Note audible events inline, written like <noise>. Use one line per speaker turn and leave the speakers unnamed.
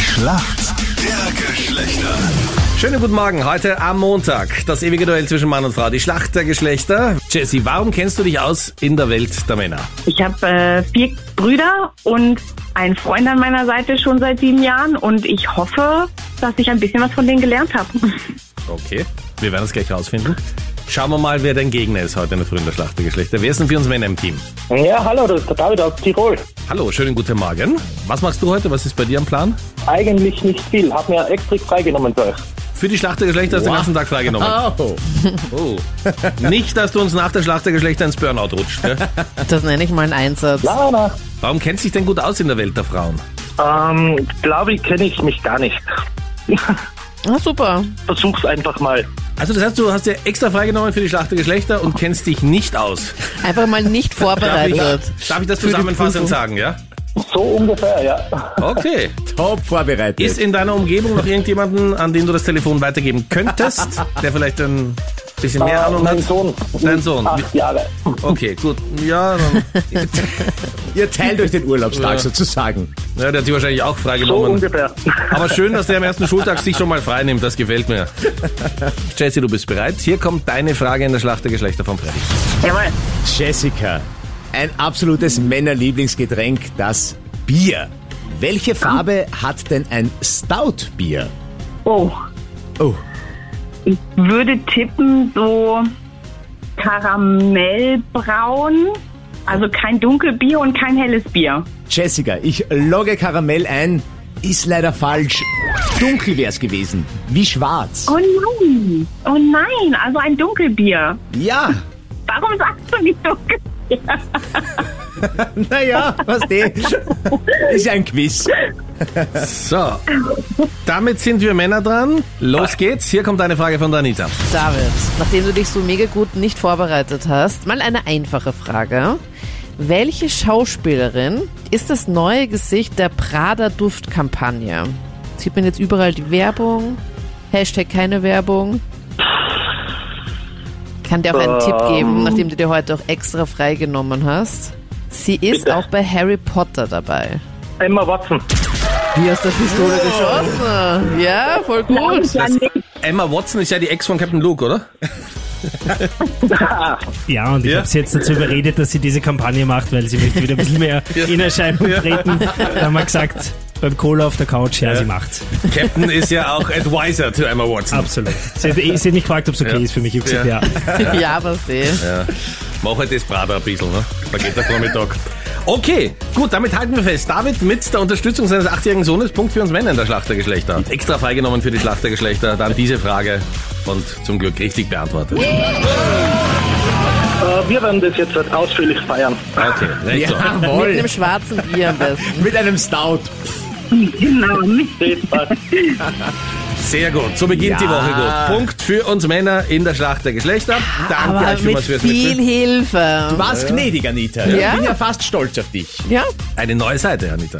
Schlacht der Geschlechter.
Schönen guten Morgen, heute am Montag. Das ewige Duell zwischen Mann und Frau, die Schlacht der Geschlechter. Jessie, warum kennst du dich aus in der Welt der Männer?
Ich habe äh, vier Brüder und einen Freund an meiner Seite schon seit sieben Jahren und ich hoffe, dass ich ein bisschen was von denen gelernt <laughs> habe.
Okay, wir werden es gleich herausfinden. Schauen wir mal, wer dein Gegner ist heute in der frühen der Schlacht der Geschlechter. Wer sind für uns Männer im Team?
Ja, hallo, das ist der David aus Tirol.
Hallo, schönen guten Morgen. Was machst du heute? Was ist bei dir am Plan?
Eigentlich nicht viel, hab mir extra freigenommen für euch.
Für die Schlacht der Geschlechter hast du den ganzen Tag freigenommen.
Oh,
Oh. <laughs> Nicht, dass du uns nach der Schlacht der Geschlechter ins Burnout rutscht. <laughs> Gell?
das nenne ich mal einen Einsatz.
Na, na.
Warum kennst du dich denn gut aus in der Welt der Frauen?
Ähm, glaube ich, kenne ich mich gar nicht.
Ah, super.
Versuch's einfach mal.
Also das heißt, du hast dir extra freigenommen für die Schlacht der Geschlechter und kennst dich nicht aus.
Einfach mal nicht
Darf ich,
vorbereitet.
darf ich das zusammenfassend sagen, ja?
So ungefähr, ja.
<laughs> Okay.
Top vorbereitet.
Ist in deiner Umgebung noch irgendjemanden, an den du das Telefon weitergeben könntest, der vielleicht ein bisschen mehr
Äh,
Ahnung hat?
mein Sohn.
Dein Sohn.
Acht Jahre.
Okay, gut. Ja, dann,
Ihr teilt euch den Urlaubstag sozusagen.
ja, der hat dich wahrscheinlich auch
So
freigenommen.
ungefähr.
Aber schön, dass der am ersten Schultag sich schon mal frei nimmt, das gefällt <laughs> mir. Jesse, du bist bereit. Hier kommt deine Frage in der Schlacht der Geschlechter von Freddy.
Jawohl.
Jessica, ein absolutes Männerlieblingsgetränk, das Bier. Welche Farbe hat denn ein Stout-Bier?
Oh,
Oh,
ich würde tippen so Karamellbraun, also kein Dunkelbier und kein helles Bier.
Jessica, ich logge Karamell ein. Ist leider falsch. Dunkel wär's gewesen. Wie schwarz.
Oh nein, oh nein, also ein Dunkelbier.
Ja,
Warum sagst du nicht Dunkelbier?
naja, was de? Ist ja ein Quiz.
So, damit sind wir Männer dran. Los geht's. Hier kommt eine Frage von der Anita.
David, nachdem du dich so mega gut nicht vorbereitet hast, mal eine einfache Frage. Welche Schauspielerin ist das neue Gesicht der Prada Duftkampagne? Sieht man jetzt überall die Werbung? Hashtag keine Werbung. Kann dir auch einen Tipp geben,
Ähm.
nachdem du dir heute auch extra freigenommen hast. Sie ist
Bitte.
auch bei Harry Potter dabei.
Emma Watson.
Wie aus der Pistole geschossen. Ja, voll gut.
Ja, nee.
Emma Watson ist ja die Ex von Captain Luke, oder?
Ja, und ich
Ja.
habe sie jetzt dazu überredet, dass sie diese Kampagne macht, weil sie möchte wieder ein bisschen mehr in Erscheinung treten. Da haben wir gesagt, beim Cola auf der Couch, ja, sie macht's.
Captain ist ja auch Advisor zu Emma Watson.
Absolut. Sie hat, eh- sie hat mich gefragt, ob es okay
Ja.
ist für mich. Ich hab gesagt,
Ja.
ja.
Ja, was eh.
Mach halt das Brader ein bisschen, ne? Da geht der Vormittag. Okay, gut, damit halten wir fest. David mit der Unterstützung seines achtjährigen Sohnes, Punkt für uns Männer in der Schlachtergeschlechter. Extra freigenommen für die Schlachtergeschlechter, dann diese Frage und zum Glück richtig beantwortet.
Äh, wir werden das jetzt halt ausführlich feiern.
Okay, recht so.
Mit
Jawohl.
einem schwarzen Bier am besten.
Mit einem Stout.
genau, nicht
Jedenfalls.
Sehr gut, so beginnt die
Ja.
Woche gut. Punkt für uns Männer in der Schlachtergeschlechter. Danke
Ah, Aber
euch
mit
vielmals fürs
viel
Mitspielen.
Hilfe.
War's gnädig, Anita.
Ja.
Ich bin ja fast stolz auf dich.
Ja,
Eine neue Seite, Anita.